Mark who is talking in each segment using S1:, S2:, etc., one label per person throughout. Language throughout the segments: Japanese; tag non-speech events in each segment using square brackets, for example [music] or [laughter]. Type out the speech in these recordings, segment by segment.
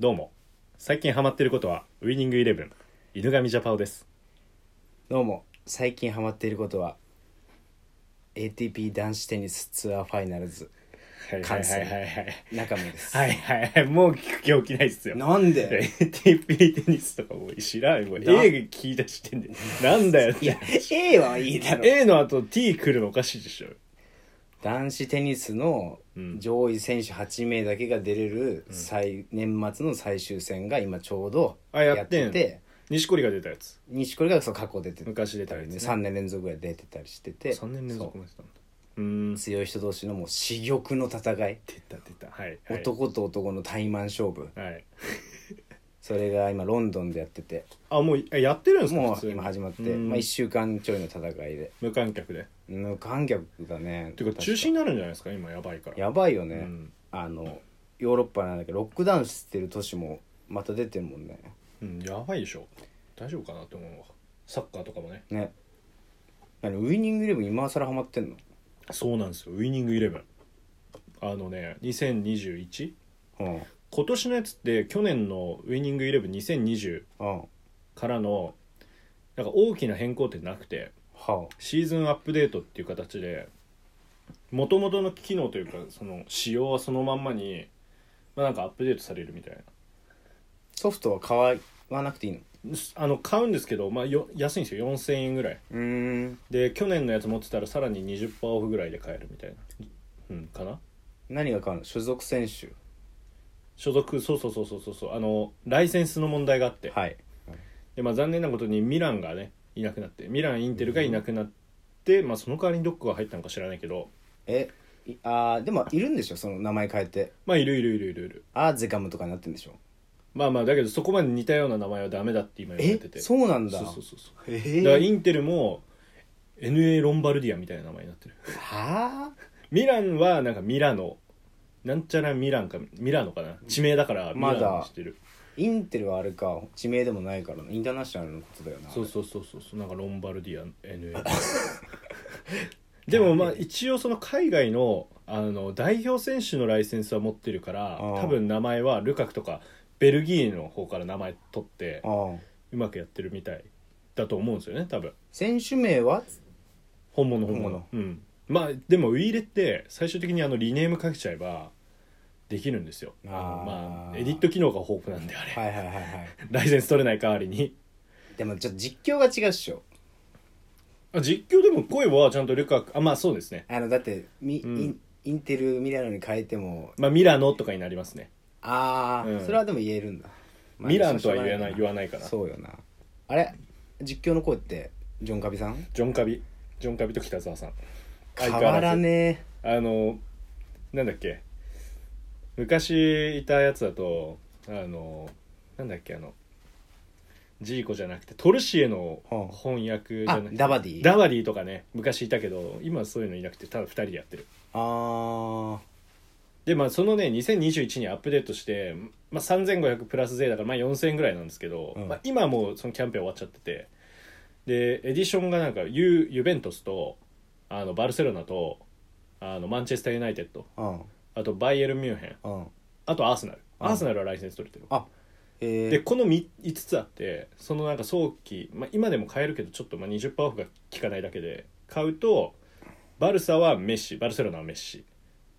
S1: どうも最近ハマってることはウイニングイレブン犬神ジャパオです
S2: どうも最近ハマっていることは ATP 男子テニスツアーファイナルズ
S1: はいはいはいはいはい
S2: 中村です、
S1: はいはいはいもう聞く気起きないっすよ
S2: なんで
S1: ATP テニスとかもう知らんもう A
S2: な
S1: が聞いたしてんでなんだよっ
S2: い
S1: て
S2: や A はいいだろ
S1: A の後 T 来るのおかしいでしょ
S2: 男子テニスの
S1: うん
S2: 上位選手8名だけが出れる最年末の最終戦が今ちょうど
S1: あや
S2: や
S1: っ
S2: って
S1: ん
S2: てて
S1: 錦織が出たやつ
S2: 錦織がそう過去出て
S1: 昔出た
S2: た
S1: や
S2: り
S1: つね
S2: ね3年連続ぐらい出てたりしてて
S1: 3年連続
S2: そ
S1: もやってたんだうーん
S2: う強い人同士のもう私欲の戦い
S1: 出た出たはいはい
S2: 男と男の怠慢勝負
S1: はい
S2: それが今ロンドンでやってて
S1: あもうえやってるんですか
S2: も
S1: 普通
S2: う
S1: に
S2: 今始まって、
S1: うん
S2: まあ、1週間ちょいの戦いで
S1: 無観客で
S2: 無観客だね
S1: ていうか中止になるんじゃないですか今やばいから
S2: やばいよ
S1: う
S2: ね、
S1: ん
S2: あのヨーロッパなんだけどロックダウンしてる都市もまた出てるもんね
S1: うんやばいでしょ大丈夫かなって思うわサッカーとかもね
S2: ね何ウイニングイレブン今更ハマってんの
S1: そうなんですよウイニングイレブンあのね2021
S2: うん
S1: 今年のやつって去年のウイニングイレブン2020
S2: うん
S1: からのなんか大きな変更ってなくて
S2: は
S1: シーズンアップデートっていう形で元々の機能というかその仕様はそのまんまに、まあ、なんかアップデートされるみたいな
S2: あソフトは買わなくていいの
S1: あの買うんですけど、まあ、よ安いんですよ4000円ぐらい
S2: うん
S1: で去年のやつ持ってたらさらに20%オフぐらいで買えるみたいなうんかな
S2: 何が買うの所属選手
S1: 所属そうそうそうそうそうそうあのライセンスの問題があって、
S2: はい
S1: でまあ、残念なことにミランがねいなくなってミランインテルがいなくなって、まあ、その代わりにどこが入ったのか知らないけど
S2: えいあーでもいるんでしょその名前変えて
S1: まあいるいるいるいるいる
S2: アーゼガムとかになってんでしょ
S1: まあまあだけどそこまで似たような名前はダメだって今言わ
S2: え
S1: れてて
S2: そうなんだ
S1: そうそうそうそう
S2: え
S1: だからインテルも NA ロンバルディアみたいな名前になってる [laughs]
S2: はあ
S1: ミランはなんかミラノなんちゃらミランかミラノかな地名だからミ
S2: まだ
S1: ラノにしてる、
S2: インテルはあれか地名でもないからなインターナショナルのことだよな
S1: そうそうそうそうそうなんかロンバルディア NA [laughs] でもまあ一応その海外のあの代表選手のライセンスは持ってるから
S2: ああ
S1: 多分名前はルカクとかベルギーの方から名前取って
S2: ああ
S1: うまくやってるみたいだと思うんですよね多分
S2: 選手名は
S1: 本物本物
S2: 本
S1: うんまあでもウイイレって最終的にあのリネームかけちゃえばできるんですよあの
S2: ああ
S1: まあエディット機能が豊富なんであれ、
S2: はいはいはいはい
S1: ライセンス取れない代わりに
S2: でもちょっと実況が違うっしょ
S1: あ実況でも声はちゃんとルカクあまあそうですね
S2: あのだってみ、
S1: うん
S2: インインテルミラノに変えても
S1: まあ、ミラノとかになりますね、
S2: ああ、
S1: うん
S2: それはでも言えるんだ、まあ
S1: ミランとは言えない
S2: しょう
S1: 言わないか
S2: が
S1: ら
S2: そうよなあれ実況の声ってジョンカビさん
S1: ジョン・カビジョン・カビと北澤さん
S2: 変わら
S1: ず
S2: ね
S1: あのなんだっけ昔いたやつだとあのなんだっけあのジーコじゃなくてトルシエの
S2: はあ
S1: 翻訳
S2: え
S1: じゃ
S2: あ
S1: なくて
S2: ダバディ
S1: ダワリーとかね昔いたけど今そういうのいなくてただ2人でやってる
S2: あー
S1: でまあそのね2021にアップデートして、まあ、3500プラス税だからまあ4000円ぐらいなんですけど、
S2: うん
S1: まあ、今もうそのキャンペーン終わっちゃっててでエディションがなんかユユベントスとあのバルセロナとあのマンチェスターユナイテッド
S2: うん
S1: あとバイエルンミュンヘン
S2: うん
S1: あとアーセナル
S2: うん
S1: アーセナルはライセンス取れてる
S2: あえー、
S1: でこの 5, つあってそのなんか早期、まあ、今でも買えるけどちょっとまあ20%オフが効かないだけで買うとバルサはメッシバルセロナはメッシ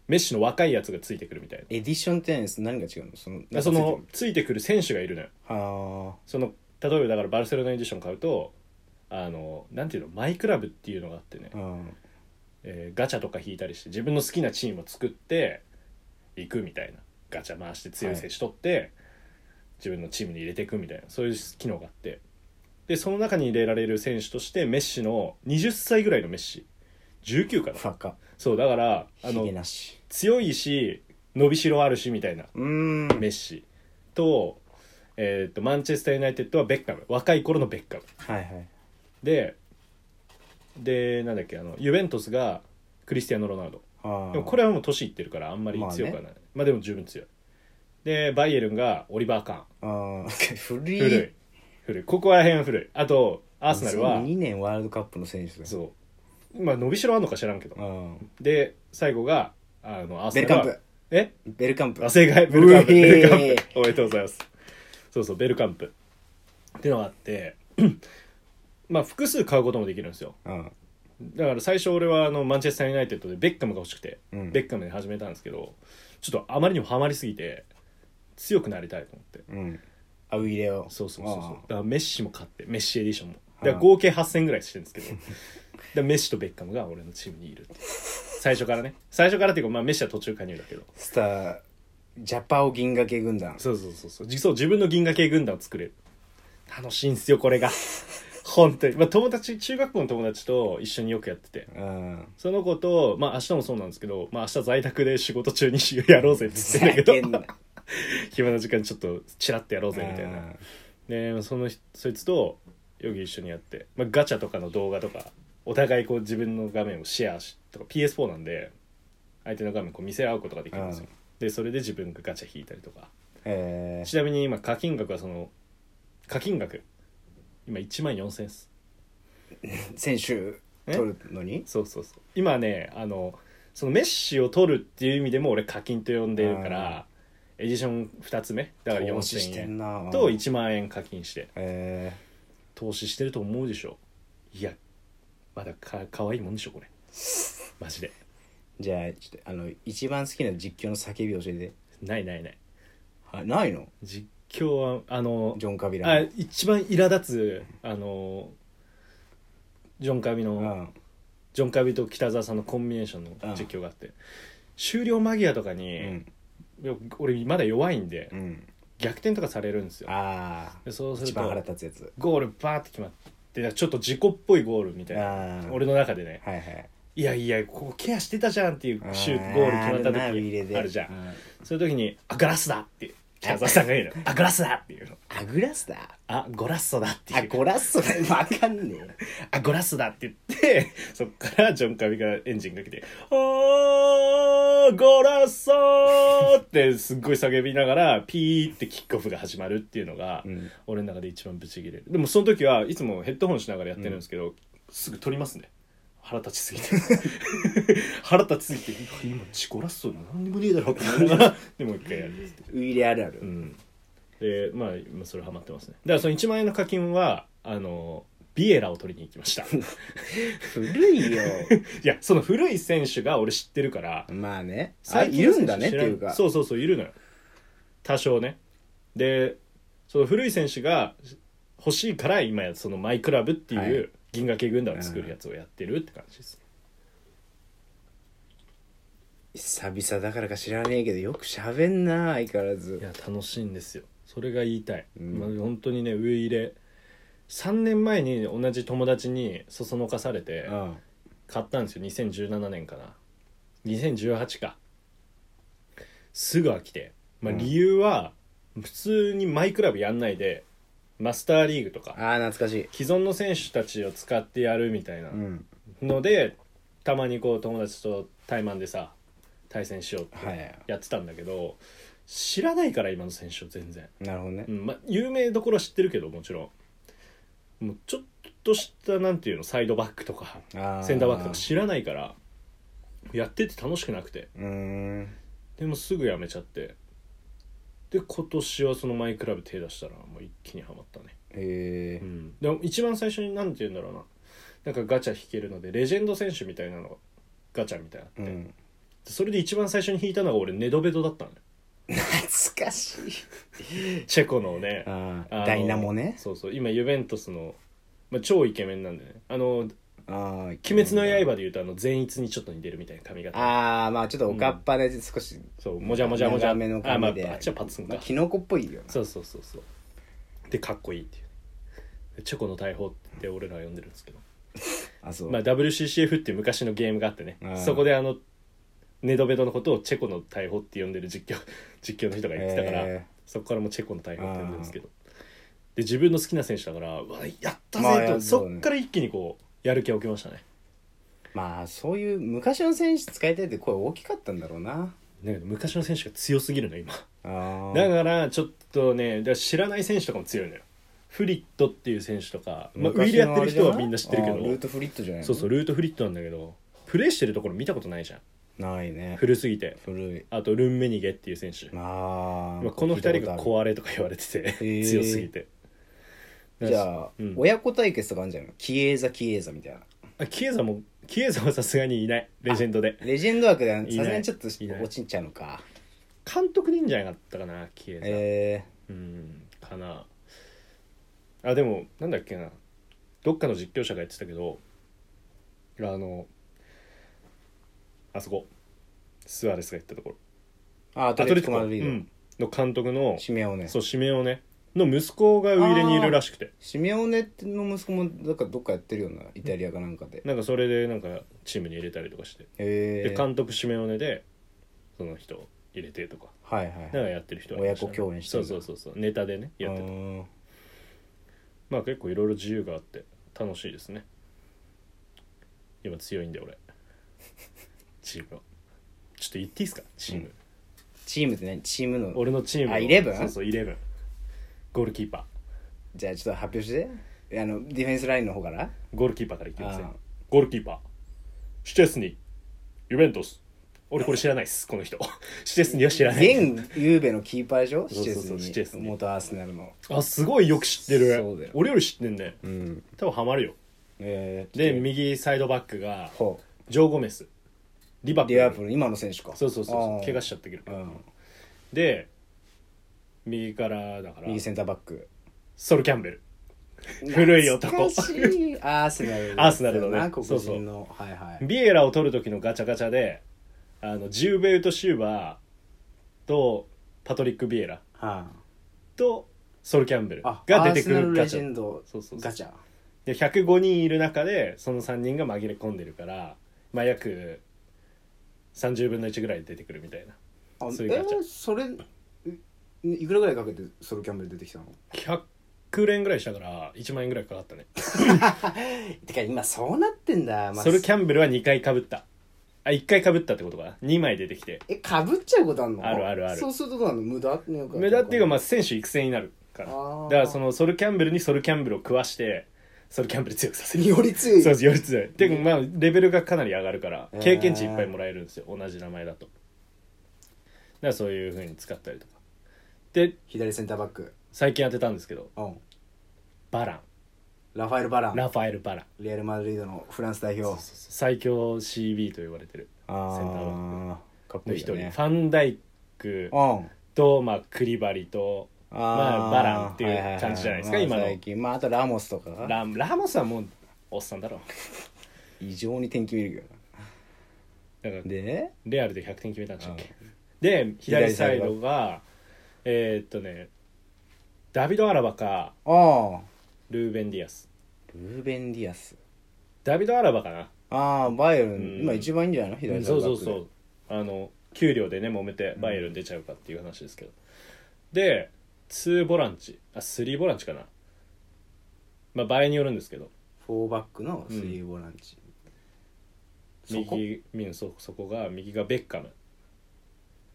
S1: メッシの若いやつがついてくるみたいな
S2: エディションって何が違うのその
S1: だからそのついてくる選手がいるのよ
S2: あ
S1: その例えばだからバルセロナエディション買うとあのなんていうのマイクラブっていうのがあってね
S2: あ、うん、
S1: えーガチャとか引いたりして自分の好きなチームを作っていくみたいなガチャ回して強い選手取って、自分のチームに入れていくみたいなそういう機能があってでその中に入れられる選手としてメッシの20歳ぐらいのメッシ19かな
S2: バカ
S1: そうだからあ
S2: ひ
S1: の
S2: げなし
S1: 強いし伸びしろあるしみたいな
S2: うーん
S1: メッシと,、えー、とマンチェスター・ユナイテッドはベッカム若い頃のベッカム
S2: はいはい
S1: ででなんだっけあのユベントスがクリスティアーノ・ロナウド
S2: あ
S1: でもこれはもう年いってるからあんまり強くはない、まあでも十分強いでバイエルンがオリバー・カ
S2: あー古
S1: ーン
S2: い
S1: 古い古いここら辺は古いあとアーセナルは
S2: 2年ワールドカップの選手だよ
S1: そうまあ伸びしろあんのか知らんけど
S2: うん
S1: で最後があのアーセ
S2: ベル
S1: ナ
S2: カ
S1: ル
S2: ン
S1: は
S2: プ
S1: え
S2: ベルカンプ
S1: あ正解ベルカンプ
S2: うえー
S1: ベルカンプ [laughs] おめでとうございますそうそうベルカンプっていうのがあって [clears throat] まあ複数買うこともできるんですよ
S2: うん
S1: だから最初俺はあのマンチェスター・ユナイテッドでベッカムが欲しくて、
S2: うん
S1: ベッカムで始めたんですけどちょっとあまりにもハマりすぎて強くなりたいと思って
S2: うんあウイレオ
S1: そうそうそうそう
S2: あ
S1: だからメッシも買ってメッシエディションも
S2: あ
S1: だから合計8000ぐらいしてるんですけど [laughs] だからメッシとベッカムが俺のチームにいるって最初からね最初からっていうか、まあ、メッシは途中加入だけど
S2: スタージャパオ銀河系軍団
S1: そうそうそうそうそう自分の銀河系軍団を作れる楽しいんすよこれが [laughs] 本当にまあ友達中学校の友達と一緒によくやってて
S2: うん
S1: その子と、まあ明日もそうなんですけど、まあ明日在宅で仕事中にやろうぜって
S2: ふ
S1: 言
S2: ざ
S1: ってんだけ
S2: けん
S1: ど、
S2: な
S1: 暇な時間ちょっとチラッとやろうぜみたいな。で、その人、そいつと、よく一緒にやって、まあガチャとかの動画とか、お互いこう自分の画面をシェアし、とか PS4 なんで、相手の画面こう見せ合うことができるんですよ。で、それで自分がガチャ引いたりとか。
S2: え
S1: ちなみに今課金額はその、課金額、今1万4000円です。
S2: ー、選手
S1: え
S2: 取るのに
S1: そうそうそう今ねあのそのメッシを取るっていう意味でも俺課金と呼んでるからエディション2つ目だから
S2: 投資し
S1: 4000
S2: て
S1: 円
S2: んな
S1: と1万円課金して
S2: え
S1: 投資してると思うでしょいやまだか可愛いもんでしょ
S2: [laughs]
S1: これマジで
S2: ー、じゃあちょっとあの一番好きな実況の叫び教えて
S1: ないないない
S2: あないの
S1: 実況はあの
S2: ジョン・カビラ
S1: あ
S2: の
S1: 一番苛立つあのジョンカビの、
S2: うん
S1: ジョンカビと北澤さんのコンビネーションの実況があって、終了間際とかに、
S2: うん
S1: いや俺まだ弱いんで、
S2: うん
S1: 逆転とかされるんですよ
S2: あ
S1: でそう
S2: あ
S1: する
S2: 一番腹
S1: と
S2: 立つやつ
S1: ゴールバーって決まってだからちょっと自己っぽいゴールみたいな
S2: ああ
S1: 俺の中でね
S2: はいはい
S1: いやいやここケアしてたじゃんっていうシュートゴール決まった時あるじゃん
S2: ん
S1: そういう時に「あグラスだ!」って北澤さんが言うの「あグラスだ!」っていうの
S2: アグラスだ
S1: 「あゴラッソだ!」って
S2: あ
S1: いう
S2: ゴラスだわかんねえ
S1: 「あゴラッソだ!」って言って [laughs] そっからジョン・カビがエンジンかけて「あーゴラッソー!」ってすっごい叫びながらピーってキックオフが始まるっていうのが、
S2: うん
S1: 俺の中で一番ブチギレるでもその時はいつもヘッドホンしながらやってるんですけど、すぐ取りますね腹立ちすぎて [laughs] 腹立ちすぎて今自己ラストな何でもねえだろって思いなが
S2: [laughs]
S1: らでもう一回やるっつって
S2: ウイレあるある
S1: うんでまあ今それハマってますねだからその1万円の課金はあのビエラを取りに行きましたい
S2: 古いよ
S1: やその古い選手が俺知ってるから
S2: まあねあ
S1: 最
S2: い
S1: 近の選手
S2: るんだねっ
S1: 知
S2: て
S1: らん
S2: いうか
S1: そうそうそういるのよ多少ねでその古い選手が欲しいから今やそのマイクラブってい
S2: は
S1: う銀河系軍団を作るやつをやってるって感じです、
S2: 久々だからか知らねえけどよく喋んな相変わらず
S1: いや楽しいんですよそれが言いたい、
S2: うん
S1: まあ、本当にね上入れ3年前に同じ友達にそそのかされて
S2: うん
S1: 買ったんですよ2017年かな2018かすぐ飽きて、まあ、
S2: うん
S1: 理由は普通にマイクラブやんないでマスターリーグとか
S2: ああ懐かしい
S1: 既存の選手たちを使ってやるみたいな
S2: うん
S1: のでたまにこう友達と対マンでさ対戦しようって
S2: はい
S1: やってたんだけど知らないから今の選手を全然、
S2: なるほどね
S1: うんまあ、有名どころは知ってるけどもちろんもうちょっとしたなんていうのサイドバックとか
S2: あ
S1: センターバックとか知らないからやってて楽しくなくて
S2: うーん
S1: でもすぐやめちゃってで今年はそのマイクラブ手出したらもう一気にはまったね、
S2: へ
S1: う
S2: え
S1: ん、でも一番最初に何て言うんだろうななんかガチャ引けるのでレジェンド選手みたいなのがガチャみたいなのあ
S2: う
S1: って、
S2: ん
S1: それで一番最初に引いたのが俺ネドベドだったの
S2: [laughs]
S1: よ
S2: 懐かしい
S1: チェコのね
S2: あ
S1: あの
S2: あダイナモね
S1: そうそう今ユベントスの、まあ、超イケメンなんでねあの
S2: ああ
S1: 「鬼滅の刃」でいうとあの善逸にちょっと似てるみたいな髪型
S2: ああまあちょっとおかっぱで少し
S1: そうもじゃもじゃもじゃ
S2: 長めの
S1: あ,、まあ、あ
S2: 髪
S1: っ
S2: で
S1: ちはパッツンか、
S2: まあキノコっぽいよな
S1: そうそうそうそうでかっこいいっていうでチェコの大砲って俺らは呼んでるんですけど、
S2: あそう
S1: まあ、WCCF っていう昔のゲームがあってね
S2: うん
S1: そこであのネドベドのことをチェコの大砲って呼んでる実況 [laughs] 実況の人が言ってたから、
S2: へえ
S1: そこからもうチェコの大砲って呼んでるんですけどで自分の好きな選手だからうわやったぜ
S2: まあ
S1: と、
S2: やそう
S1: そ
S2: ね
S1: っから一気にこうやる気が起きましたね
S2: まあそういう昔の選手使いたいって声大きかったんだろうな
S1: だけど昔の選手が強すぎるの今
S2: あ
S1: だ
S2: あ
S1: からちょっとねだから知らない選手とかも強いのよフリットっていう選手とか、まあ、ウィールやってる人はみんな知ってるけ
S2: ルー
S1: ど
S2: トフリットじゃないの
S1: そうそうルートフリットなんだけどプレーしてるところ見たことないじゃん
S2: ないね
S1: 古すぎて
S2: 古い
S1: あとルンメニゲっていう選手、
S2: あー
S1: まあ、この2
S2: 聞い
S1: 人
S2: た
S1: が
S2: こ
S1: 壊れとか言われてて、
S2: ー
S1: 強すぎて
S2: とあるじゃあ、
S1: うん
S2: 親子対決とかあるんじゃないのキエーザキエーザみたいな
S1: あキエザもキエザはさすがにいないレジェンドで
S2: レジェンド枠でさ
S1: ない
S2: すがにちょっと
S1: いない
S2: 落ちちゃうのか
S1: 監督でいいんじゃなかったかなキエザ、
S2: え
S1: うんかなあでもなんだっけなどっかの実況者が言ってたけどあのあそこスアレスが言ったところ
S2: ー、あアトレティコ・マドリ
S1: う
S2: ー
S1: んの監督の
S2: ドシメオネ
S1: そうシメオネの息子がウイレにいるらしくて
S2: シメオネっての息子もなんかどっかやってるようなイタリアかなんかで
S1: なんかそれでなんかチームに入れたりとかして、
S2: へ
S1: で
S2: えー、
S1: 監督シメオネでその人を入れてとか
S2: はいはい
S1: なん
S2: はい
S1: かやってる人
S2: 親子共演して
S1: る
S2: る
S1: そうそうそうそうネタでねやって
S2: う
S1: て
S2: ーん
S1: まあ結構いろいろ自由があって楽しいですね今強いんで俺チームはちょっと言っていいですかチーム、
S2: チームって何チームの
S1: 俺のチームの
S2: あ11？
S1: そうそう11ゴールキーパ
S2: じゃあちょっと発表してあのディフェンスラインの方から
S1: ーゴールキーパーからいきます
S2: あ
S1: ね
S2: あ
S1: ゴールキーパーシュチェスニーユベントス俺これ知らないっすこの人 [laughs] シュチェスニーは知らない
S2: 現ゆうべのキーパーでしょ
S1: そ
S2: シ
S1: う
S2: チ
S1: そう
S2: ェ
S1: そうシチェス
S2: ス
S1: ニ
S2: に
S1: ー
S2: 元アーセナルの
S1: あすごいよく知ってる
S2: そうだよ
S1: 俺より知ってんね
S2: うん
S1: 多分ハマるよ
S2: えー、
S1: で右サイドバックが
S2: ほ
S1: ジョー・ゴメスリバ
S2: う
S1: プ
S2: リ
S1: ー
S2: ア
S1: ル
S2: プール今の選手か
S1: そうそうそう
S2: あ
S1: そう
S2: ー
S1: 怪我しちゃったけど、
S2: うん
S1: で右からだから
S2: 右センターバック
S1: ソル・キャンベル [laughs] 古い男
S2: 懐かしいアーセナル
S1: [laughs] アーセナルのね
S2: な黒人のはいはい
S1: ビエラを取る時のガチャガチャであのジューベルト・シューバーとパトリック・ビエラ
S2: は
S1: とソル・キャンベル
S2: あ
S1: が
S2: あ
S1: 出てくる
S2: ガ
S1: ガ
S2: チ
S1: チ
S2: ャレジェン
S1: ャ
S2: ド
S1: そうそうそう
S2: ガチャ
S1: で105人いる中でその3人が紛れ込んでるから、まあ、約30分の1ぐらい出てくるみたいな
S2: あ
S1: そういうガチャ
S2: えーそれいいくらぐらいかけてソロキャンベル出てきたの
S1: 100連ぐらいしたから1万円ぐらいかかったね
S2: てか今そうなってんだ、まあ
S1: ソル・キャンベルは2回かぶったあ1回かぶったってことかな2枚出てきて
S2: えかぶっちゃうことあんの
S1: あるあるある
S2: そうするとどうなの無駄っていうか
S1: 無駄っていうかまあ
S2: あ
S1: 選手育成になるからだ
S2: ー
S1: からそのソルキャンベルにソルキャンベルを食わしてソルキャンベル強くさせる
S2: より強い
S1: そうですより強いでまあレベルがかなり上がるから
S2: えー
S1: 経験値いっぱいもらえるんですよ同じ名前だとだからそういうふうに使ったりとかで
S2: 左センターバック、
S1: 最近当てたんですけど
S2: うん、
S1: バラ
S2: ラファエル・バラ
S1: ンラ
S2: ン
S1: ファエル・バラン
S2: レアル・マドリードのフランス代表
S1: 最強 CB と言われてる
S2: あ
S1: センターバッ
S2: ーかっこ
S1: の
S2: いい
S1: 一人
S2: よ
S1: フ
S2: ね
S1: ァンダイク
S2: うん
S1: と、まあ、クリバリと
S2: あー
S1: まあバランっていう感じじゃないですか
S2: ははは
S1: 今の
S2: 最近まああとラモスとかが
S1: ララモスはもうおっさんだろ
S2: 異常に天気見るけど
S1: だから
S2: なで
S1: レアルで100点決めたんでしたっけで左サイドがえーっとねダビド・アラバか
S2: ああ
S1: ルーベン・ディアス
S2: ルーベン・ディアス
S1: ダビド・アラバかな
S2: ああバイエルン、
S1: うん
S2: 今一番いいんじゃないの
S1: う
S2: 左
S1: ん
S2: サ
S1: そ
S2: イド
S1: う
S2: バ
S1: そ
S2: ック
S1: うそうあの給料でね揉めてバイエルン出ちゃうかっていう話ですけど、で2ボランチあ3ボランチかなまあ場合によるんですけど
S2: フォーバックのスリーボランチ、そこ
S1: 右うんそそこが右がベッカム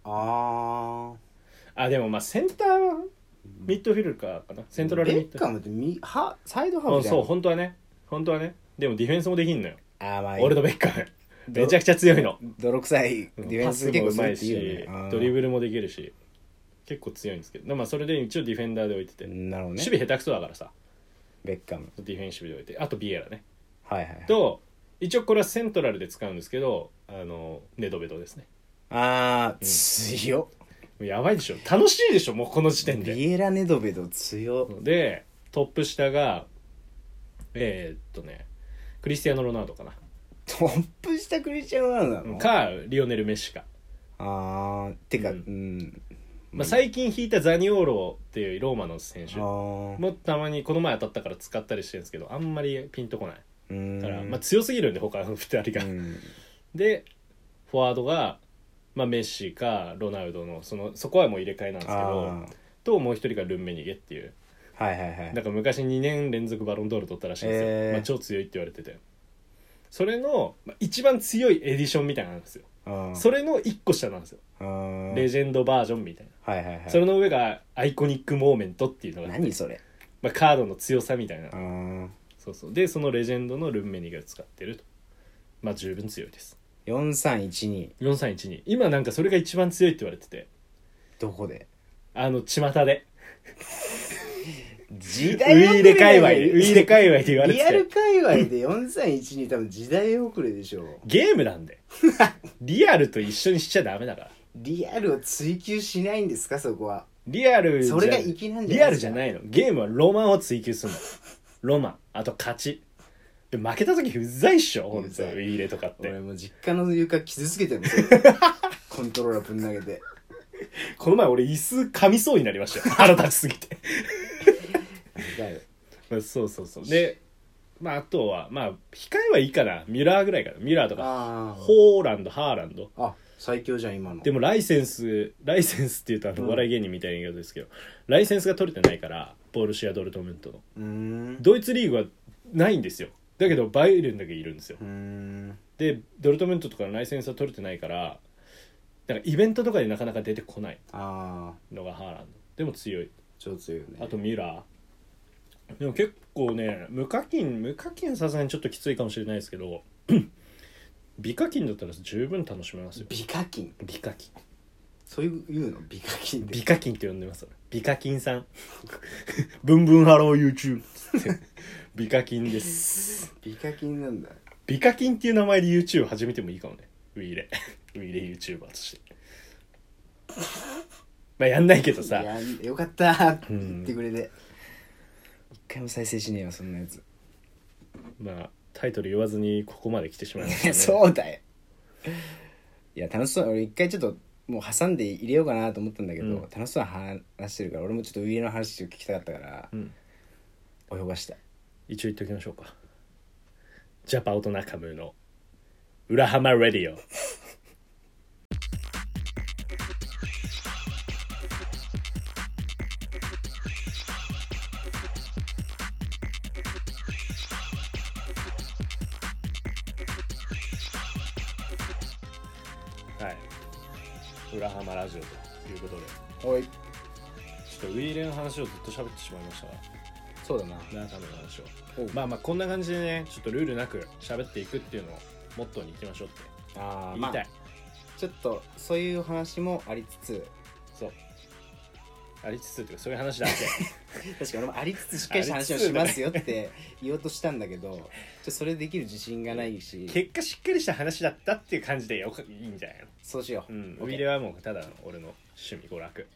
S2: ああ
S1: あでもまあセンターミッドフィルダーかなセントラルミ
S2: ベ
S1: ッド
S2: ッカムってみはサイドハー
S1: う
S2: フ
S1: ん
S2: じゃん
S1: そう本当はね本当はねでもディフェンスもできんのよ、
S2: あーまあ
S1: 俺のベッカムめちゃくちゃ強いの
S2: 泥臭いディフェンス結構
S1: う
S2: す
S1: ま
S2: る
S1: い
S2: っていう
S1: し
S2: よねあー
S1: ドリブルもできるし結構強いんですけどでもまあそれで一応ディフェンダーで置いてて、
S2: なるほど
S1: 守
S2: ね
S1: 備下手くそだからさ
S2: ベッカム
S1: ディフェンス守備で置いてあとビエラね
S2: はいはい
S1: と一応これはセントラルで使うんですけどあのネドベドですね
S2: ああ強っ
S1: もうやばいでしょ楽しいでしょもうこの時点で
S2: ビエラ・ネドベド強っ
S1: でトップ下がえーっとねクリスティアーノ・ロナウドかな、
S2: トップ下クリスチャン・ロナウドなの
S1: かリオネル・メッシか、
S2: あーてか
S1: う
S2: うんん
S1: まあ、最近引いたザニオーロっていうローマの選手
S2: あ
S1: も
S2: ー
S1: たまにこの前当たったから使ったりしてるんですけどあんまりピンとこない
S2: うん
S1: だから、まあ、強すぎるんで他の2人が、
S2: うん
S1: でフォワードが、まあ、メッシかロナウドのそのそこはもう入れ替えなんですけど
S2: あー
S1: ともう一人がルンメニゲっていう
S2: はいはいはい
S1: なんか昔2年連続バロンドール取ったらしいんですよ、
S2: へー
S1: まあ、超強いって言われててそれのまあ一番強いエディションみたいなのなんですよ、
S2: うん
S1: それの1個下なんですよ、
S2: うん
S1: レジェンドバージョンみたいな、
S2: はいはいはい
S1: それの上がアイコニックモーメントっていうのが、
S2: 何それ
S1: まあ、カードの強さみたいな、
S2: うん
S1: そうそうでそのレジェンドのルンメニが使ってるとまあ十分強いです
S2: 4312
S1: 4312今なんかそれが一番強いって言われてて
S2: どこで
S1: あの巷でウ
S2: 時
S1: イイレ界隈ウ
S2: で
S1: イイレ界隈で言われ
S2: リア
S1: て
S2: ル
S1: て
S2: 界隈で4312多分時代遅れでしょ
S1: ゲームなん
S2: [laughs]
S1: でリアルと一緒にしちゃダメだから
S2: リアルを追求しないんですかそこは
S1: リアルじゃ
S2: それが粋なんじゃないですか
S1: リアルじゃないのゲームはロマンを追求するのロマンあと勝ちで負けた時うざいっしょ本
S2: う
S1: 当
S2: ざい
S1: ウイイレとかって
S2: 俺もう実家の床傷つけてるもん [laughs] コントローラーぶん投げて
S1: この前俺椅子噛みそうになりましたよ腹立ちすぎて
S2: だよ
S1: まあそうそうそうでまああとはまあ控えはいいかなミュラーぐらいかなミュラーとか
S2: あー
S1: ホーランドハーランド
S2: あ最強じゃん今の
S1: でもライセンスライセンスっていうとあのお笑い芸人みたいな言い方ですけど、ライセンスが取れてないからボルシア・ドルトムントの
S2: うーん
S1: ドイツリーグはないんですよだけどバイエルンだけいるんですよ
S2: うーん
S1: でドルトムントとかのライセンスは取れてないからなんかイベントとかでなかなか出てこない
S2: ああ
S1: のがハーランドでも強い
S2: 超強いよね
S1: あとミュラーでも結構ね無課金無課金はさすがにちょっときついかもしれないですけど [clears throat] 美課金だったら十分楽しめますよ
S2: 美課金
S1: 美課金
S2: そういう言うの美課金って
S1: 美課金って呼んでます俺美課金さん [laughs] ブンブンハロー YouTube つって [laughs] 美課金です
S2: 美課金なんだ
S1: 美課金っていう名前で YouTube 始めてもいいかもねウイイレ [laughs] ウイイレ YouTuber としてまあやんないけどさ
S2: いやよかったって
S1: うん
S2: 言ってくれて一回も再生しねえよそんなやつ
S1: まあタイトル言わずにここまで来てしまいまし [laughs]
S2: い
S1: たね
S2: や [laughs] そうだよいや楽しそう俺一回ちょっともう挟んで入れようかなと思ったんだけど、
S1: うん
S2: 楽しそうな話してるから俺もちょっとウイイレの話を聞きたかったから
S1: うん
S2: 泳がした
S1: 一応言っておきましょうかジャパオトナカムーの裏浜レディオはい裏浜ラジオということで
S2: おい
S1: ちょっとウィーレンの話をずっと喋ってしまいましたが
S2: そうだな
S1: 中身の話を
S2: おう
S1: まあまあこんな感じでねちょっとルールなく喋っていくっていうのをモットーにいきましょうって
S2: あー
S1: 言いたい、
S2: ちょっとそういう話もありつ [laughs] つ
S1: そうありつつっていうかそういう話だって
S2: 確かに俺もありつつしっかりした話をしますよって言おうとしたんだけどちょっとそれできる自信がないし
S1: 結果しっかりした話だったっていう感じでよくいいんじゃないの
S2: そうしよう、
S1: う
S2: オ
S1: ん
S2: ッケー
S1: ウィレはもうただの俺の趣味娯楽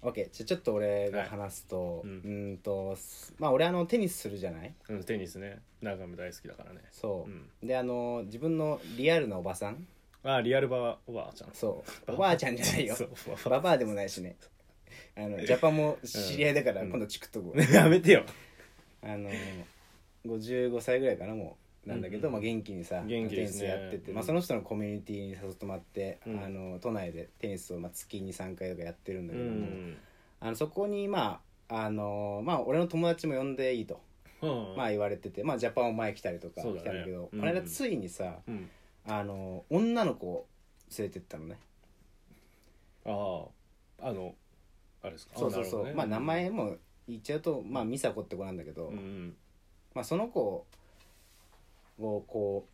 S2: OK じゃあちょっと俺が話すと、
S1: いう
S2: うんーんとすまあ俺あのテニスするじゃない
S1: うんテニスね中身大好きだからね
S2: そう、
S1: うん
S2: であの自分のリアルなおばさん
S1: あリアルバはおばあちゃん
S2: そうおばあちゃんじゃないよ
S1: そうおばあ
S2: ババアでもないしねあのジャパンも知り合いだから
S1: うん [laughs]
S2: 今度チクっとこう、
S1: やめてよ
S2: あの55歳ぐらいかなもうなんだけど、
S1: うん
S2: まあ、元気にさ
S1: 元気ですね
S2: テニスやってて、
S1: う
S2: まあ、
S1: ん
S2: その人のコミュニティに誘ってもらって、
S1: うん
S2: あの都内でテニスをまあ月に3回とかやってるんだ
S1: う
S2: けども、
S1: ん、
S2: あのそこにまああのまあ俺の友達も呼んでいいと、
S1: うん、
S2: まあ、言われてて、まあ、ジャパンを前来たりとか
S1: そうだ
S2: 来
S1: ね
S2: たんだけど
S1: うん
S2: この間ついにさ
S1: うん
S2: あの女の子を連れてったのね
S1: あああのあれですか
S2: そうそうそう、
S1: なるほ
S2: まあ
S1: どね
S2: 名前も言っちゃうとまあ美佐子って子なんだけど、
S1: うんうん
S2: まあその子をこ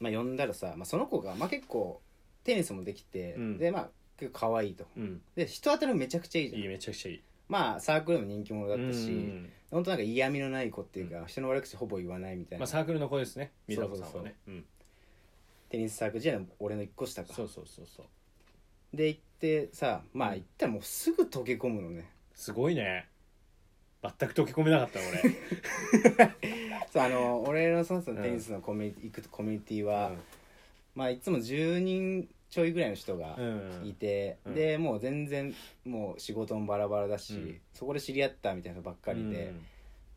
S2: うまあ呼んだらさ、まあ、その子がまあ結構テニスもできて、
S1: うん
S2: でまあ結構可愛いと
S1: うん
S2: で人当たりもめちゃくちゃいいじゃん
S1: いいめちゃくちゃいい
S2: まあサークルでも人気者だったし、
S1: うんうん
S2: 本当なんか嫌味のない子っていうか、人の悪口ほぼ言わないみたい
S1: ま
S2: な、
S1: あ、サークルの子ですね美佐子さん
S2: そ
S1: は
S2: うそう
S1: ねうん
S2: テニスサークル時代の俺の一個下か
S1: そうそうそうそう
S2: で行ってさまあ
S1: うん
S2: 行ったらもうすぐ溶け込むのね、
S1: すごいね全く溶け込めなかったの俺
S2: そうあの俺のそもそもテニスのコミュニティ、行くコミュニティは、まあいつも10人ちょいぐらいの人が
S1: うん
S2: いて、
S1: うん
S2: でもう全然もう仕事もバラバラだし、
S1: うん
S2: そこで知り合ったみたいな人ばっかりで、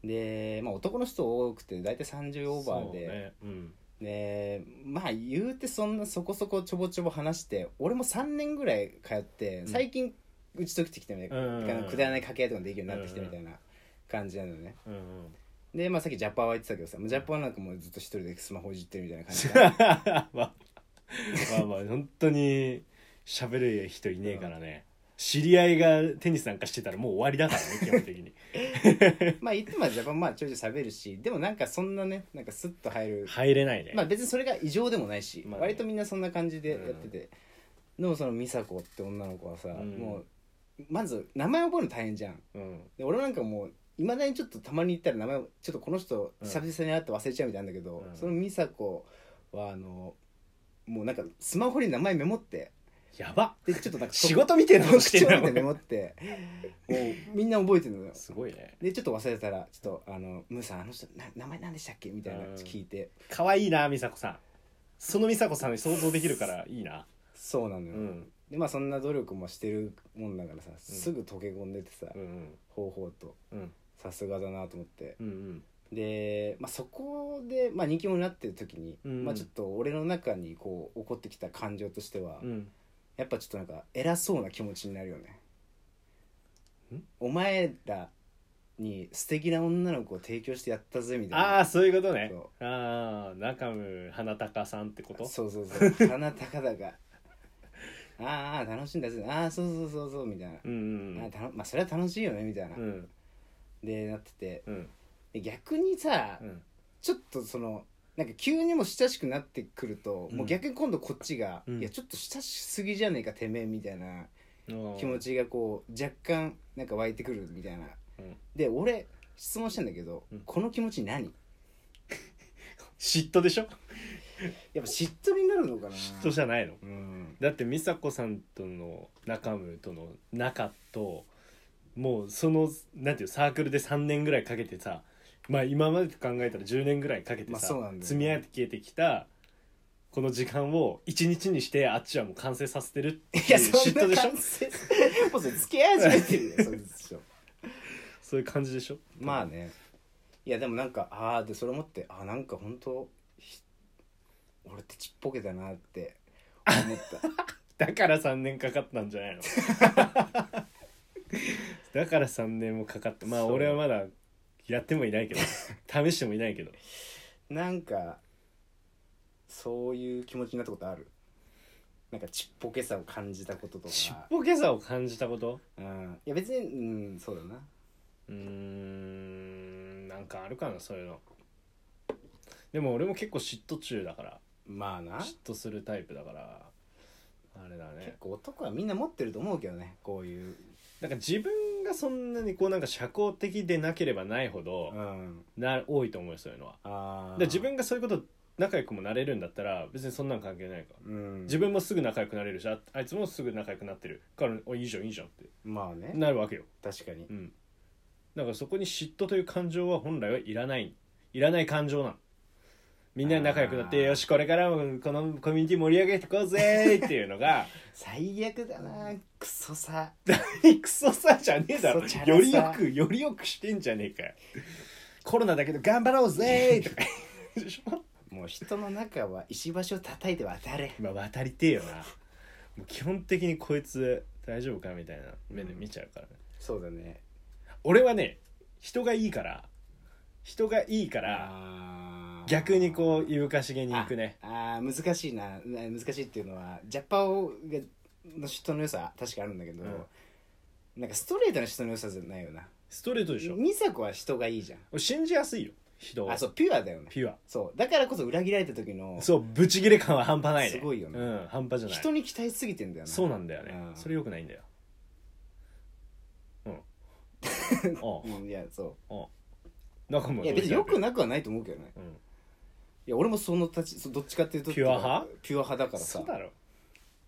S2: で、まあ、男の人多くて大体30オーバ
S1: そう
S2: ーで、
S1: ねうん
S2: でまあ言うてそんなそこそこちょぼちょぼ話して俺も3年ぐらい通って
S1: ん
S2: 最近打ち解けてきたみたいな、
S1: うんうんうん
S2: くだらない掛け合いとかできるようになってきたみたいな感じなのね、
S1: うんうん
S2: で、まあ、さっきジャパーは言ってたけどさもうジャパーなんかもうずっと一人でスマホいじってるみたいな感じ
S1: [laughs] まあまあまあ本当に喋る人いねえからね知り合いがテニスなんかしてたらもう終わりだからね基本
S2: [laughs]
S1: 的に
S2: まあ言ってもジャパンまあちょいちょい喋るしでもなんかそんなねなんかスッと入る、
S1: 入れないね、
S2: まあ別にそれが異常でもないし、
S1: まあね
S2: 割とみんなそんな感じでやってて、でもその美佐子って女の子はさ、
S1: うん
S2: もうまず名前覚えるの大変じゃん
S1: うん、
S2: で俺もなんかもういまだにちょっとたまに行ったら名前をちょっとこの人
S1: うん
S2: 久々に会って忘れちゃうみたいなんだけど、
S1: うん
S2: その美佐子はあのもうなんかスマホに名前メモって
S1: やば
S2: でちょっとなんか
S1: 仕事みてえなことして
S2: 特
S1: る
S2: 徴
S1: な
S2: みたいなメモってもうみんな覚えてるのよ
S1: すごいね
S2: でちょっと忘れたら「ちょっとあのムーさんあの人な名前何でしたっけ?」みたいな
S1: うん
S2: 聞いて
S1: 可愛いな美佐子さんその美佐子さん想像できるからいいな
S2: そうなの
S1: う
S2: よ、
S1: ん
S2: でまあそんな努力もしてるもんだからさすぐ溶け込んでてさ、
S1: うん
S2: 方法と
S1: うん
S2: さすがだなと思って
S1: うんうん
S2: で、まあ、そこで、まあ、人気者になってる時に、
S1: うん
S2: まあ、ちょっと俺の中にこう起こってきた感情としては、
S1: うん
S2: やっぱちょっとなんか偉そうな気持ちになるよね
S1: ん
S2: お前らに素敵な女の子を提供してやったぜみたいな
S1: ああそういうことね
S2: そ
S1: ああ中村花高さんってこと
S2: そうそ
S1: [laughs]
S2: うそう鼻高々があーあー楽しんだぜああそうそうそうそうみたいな、
S1: うんうん
S2: あーたのまあそれは楽しいよねみたいな、
S1: うんうん
S2: でなってて
S1: うん
S2: で逆にさ、
S1: うん
S2: ちょっとそのなんか急にも親しくなってくると、
S1: うん
S2: もう逆に今度こっちが、
S1: うん
S2: いやちょっと親しすぎじゃねえかてめえみたいな
S1: うん
S2: 気持ちがこう若干なんか湧いてくるみたいな
S1: うん
S2: で俺質問したんだけど、
S1: うん
S2: この気持ち何
S1: 嫉妬でしょ
S2: やっぱ嫉妬になるのかな
S1: 嫉妬じゃないの
S2: うん
S1: だって美佐子さんとの中村との仲ともうそのなんていうサークルで3年ぐらいかけてさまあ今までと考えたら10年ぐらいかけて
S2: まあ
S1: さ、
S2: そうなんだよね
S1: 積み上げてきたこの時間を1日にしてあっちはもう完成させてるっていう
S2: いやそん
S1: 嫉妬で
S2: な
S1: しょ
S2: 感じもうそれ付き合い始めてるよそうでしょ
S1: そういう感じでしょ
S2: まあねいやでもなんかああでそれ思ってあーなんか本当ひ俺ってちっぽけだなって思った
S1: だから3年かかったんじゃ
S2: [laughs]
S1: ないのだから3年もかかったまあ
S2: そう
S1: 俺はまだやってもいないけど試してもいないけど [laughs]
S2: なんかそういう気持ちになったことあるなんかちっぽけさを感じたことと
S1: ちっ
S2: か、
S1: ぽけさを感じたこと
S2: うん、いや別にうんそうだな
S1: うーんなんかあるかなそういうのでも俺も結構嫉妬中だから
S2: まあな
S1: 嫉妬するタイプだからあれだね
S2: 結構男はみんな持ってると思うけどねこういう
S1: なんか自分がそんなにこうなんか社交的でなければないほど
S2: うん
S1: な多いと思うよそういうのは
S2: ああ
S1: で自分がそういうこと仲良くもなれるんだったら別にそんなん関係ないから
S2: うん
S1: 自分もすぐ仲良くなれるしああいつもすぐ仲良くなってるからおいいじゃんいいじゃんって
S2: まあね
S1: なるわけよ
S2: 確かに
S1: うんだからそこに嫉妬という感情は本来はいらないいらない感情なのみんなで仲良くなっ
S2: あ
S1: て
S2: ー
S1: よしこれからもこのコミュニティ盛り上げてこうぜーっていうの
S2: [laughs]
S1: が
S2: 最悪だなクソさ
S1: クソさじゃねえだろ
S2: クソチャラさ
S1: よりよくよりよくしてんじゃねえかよコロナだけど頑張ろうぜーとかでしょ
S2: もう人の中は石橋を叩いて渡れ
S1: 今渡りてえよなもう基本的にこいつ大丈夫かみたいな目で見ちゃうからね、
S2: そうだね
S1: 俺はね人がいいから人がいいから
S2: あー
S1: 逆にこういぶかしげに行くね
S2: ああー難しいなな難しいっていうのはジャパオがの人の良さ確かあるんだけど、
S1: うん
S2: なんかストレートな人の良さじゃないよな
S1: ストレートでしょ
S2: 美佐子は人がいいじゃん
S1: 俺信じやすいよ人を
S2: あそうピュアだよね
S1: ピュア
S2: そうだからこそ裏切られた時の
S1: そうブチギレ感は半端ないね
S2: すごいよね
S1: うん半端じゃない
S2: 人に期待しすぎてんだよな
S1: そうなんだよね
S2: うん
S1: それよくないんだよ
S2: [laughs]
S1: うんおう
S2: うんいやそ
S1: おうなんかもう
S2: ういや別によくなくはないと思うけどね
S1: うん
S2: いや俺もそのたちそどっちかっていうと
S1: ピュア派
S2: ピュア派だからさ
S1: そうだろ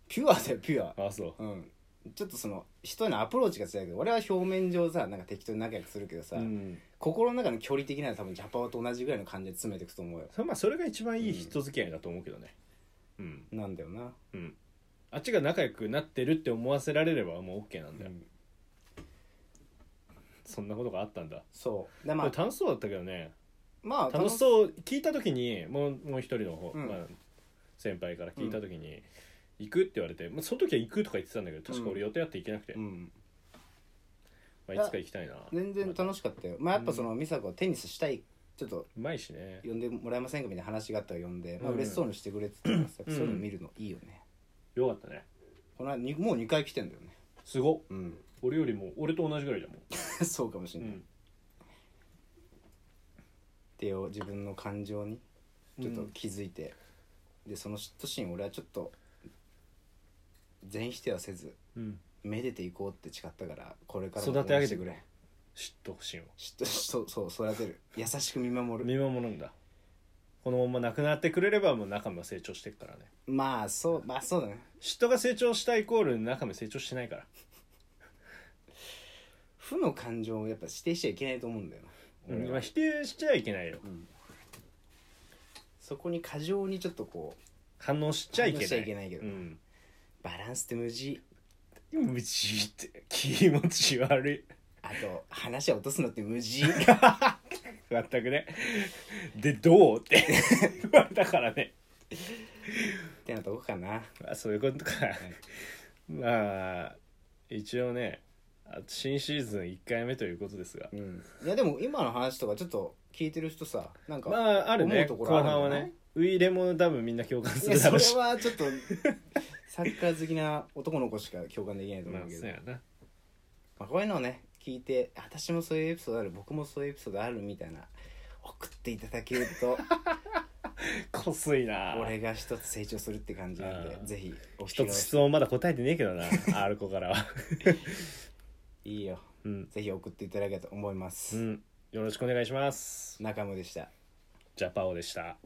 S2: ピュアだよピュア
S1: あそう
S2: うんちょっとその人へのアプローチが違うけど俺は表面上さなんか適当に仲良くするけどさ、
S1: うん
S2: 心の中の距離的なのは多分ジャパオと同じぐらいの感じで詰めていくと思うよ
S1: そまあそれが一番いい人付き合いだと思うけどねうん
S2: なんだよな、
S1: うん、あっちが仲良くなってるって思わせられればもう OK なんだよ、そんなことがあったんだ、
S2: そうで
S1: で
S2: ま
S1: も
S2: あ
S1: 楽しそうだったけどね
S2: まあ
S1: 楽し
S2: う
S1: そう聞いた時にもうもう一人の方、
S2: うん
S1: まあ、先輩から聞いた時に、行くって言われて、まあ、その時は行くとか言ってたんだけど確か俺予定あって行けなくて、
S2: うん
S1: まあ、いつか行きたいな
S2: 全然楽しかったよまあやっぱその美佐子はテニスしたいちょっと
S1: うまいしね
S2: 呼んでもらえませんかみたいな話があったら呼んで、まあ
S1: うん
S2: 嬉しそうにしてくれてたからさ、
S1: うん
S2: そういうの見るのいいよね
S1: よかったね
S2: この間にもう2回来てんだよね
S1: すごっ
S2: うん
S1: 俺よりも俺と同じぐらいだもん、
S2: [laughs] そうかもしれ
S1: う
S2: ない、
S1: ん、
S2: 手を自分の感情にちょっ
S1: う
S2: と
S1: ん
S2: 気づいて、でその嫉妬心俺はちょっと全否定はせず
S1: うん、
S2: めでていこうって誓ったからこれから
S1: 育て上げて
S2: く
S1: く
S2: れ
S1: 嫉妬心を
S2: 嫉妬そうそう育てる優しく見守る
S1: 見守るんだこのままなくなってくれればもう中身は成長してくからね
S2: まあそうまあそうだね
S1: 嫉妬が成長したイコール中身成長してないから
S2: 負の感情をやっぱ指定しちゃいけないと思うんだよな、
S1: うん
S2: 俺
S1: まあ
S2: は
S1: 否定しちゃいけないよ
S2: そこに過剰にちょっとこう
S1: 反応しちゃいけない
S2: 反応しちゃいけないけど
S1: うん、
S2: バランスって無事
S1: 無事って気持ち悪い
S2: あと話を落とすのって無事
S1: [laughs] 全くねでどうって [laughs] 言われたからね
S2: ってなとこかな
S1: あそういうことかまあ一応ねあ新シーズン1回目ということですが
S2: うんいやでも今の話とかちょっと聞いてる人さなんか
S1: まああるね
S2: 思
S1: 後
S2: うところあるんじゃ
S1: 半
S2: ない
S1: はねウイレも多分みんな共感す
S2: いや
S1: るだ
S2: そ
S1: ろ
S2: れ
S1: うし
S2: はちょっとサッカー好きな男の子しか共感できないと
S1: ま
S2: 思
S1: あ
S2: うけど、
S1: そうやな
S2: まあ、こういうのをね聞いて私もそういうエピソードある僕もそういうエピソードあるみたいな送っていただける
S1: [laughs]
S2: と
S1: こすいな
S2: 俺が一つ成長するって感じなんで
S1: あー
S2: ぜひお聞き
S1: 一
S2: の
S1: つ質問まだ答えてねえけどな R 子からは
S2: いいよ
S1: うん、
S2: ぜひ送っていただけたらと思いま
S1: う
S2: す、
S1: ん、よろしくお願いします
S2: 中村でした
S1: ジャパオでした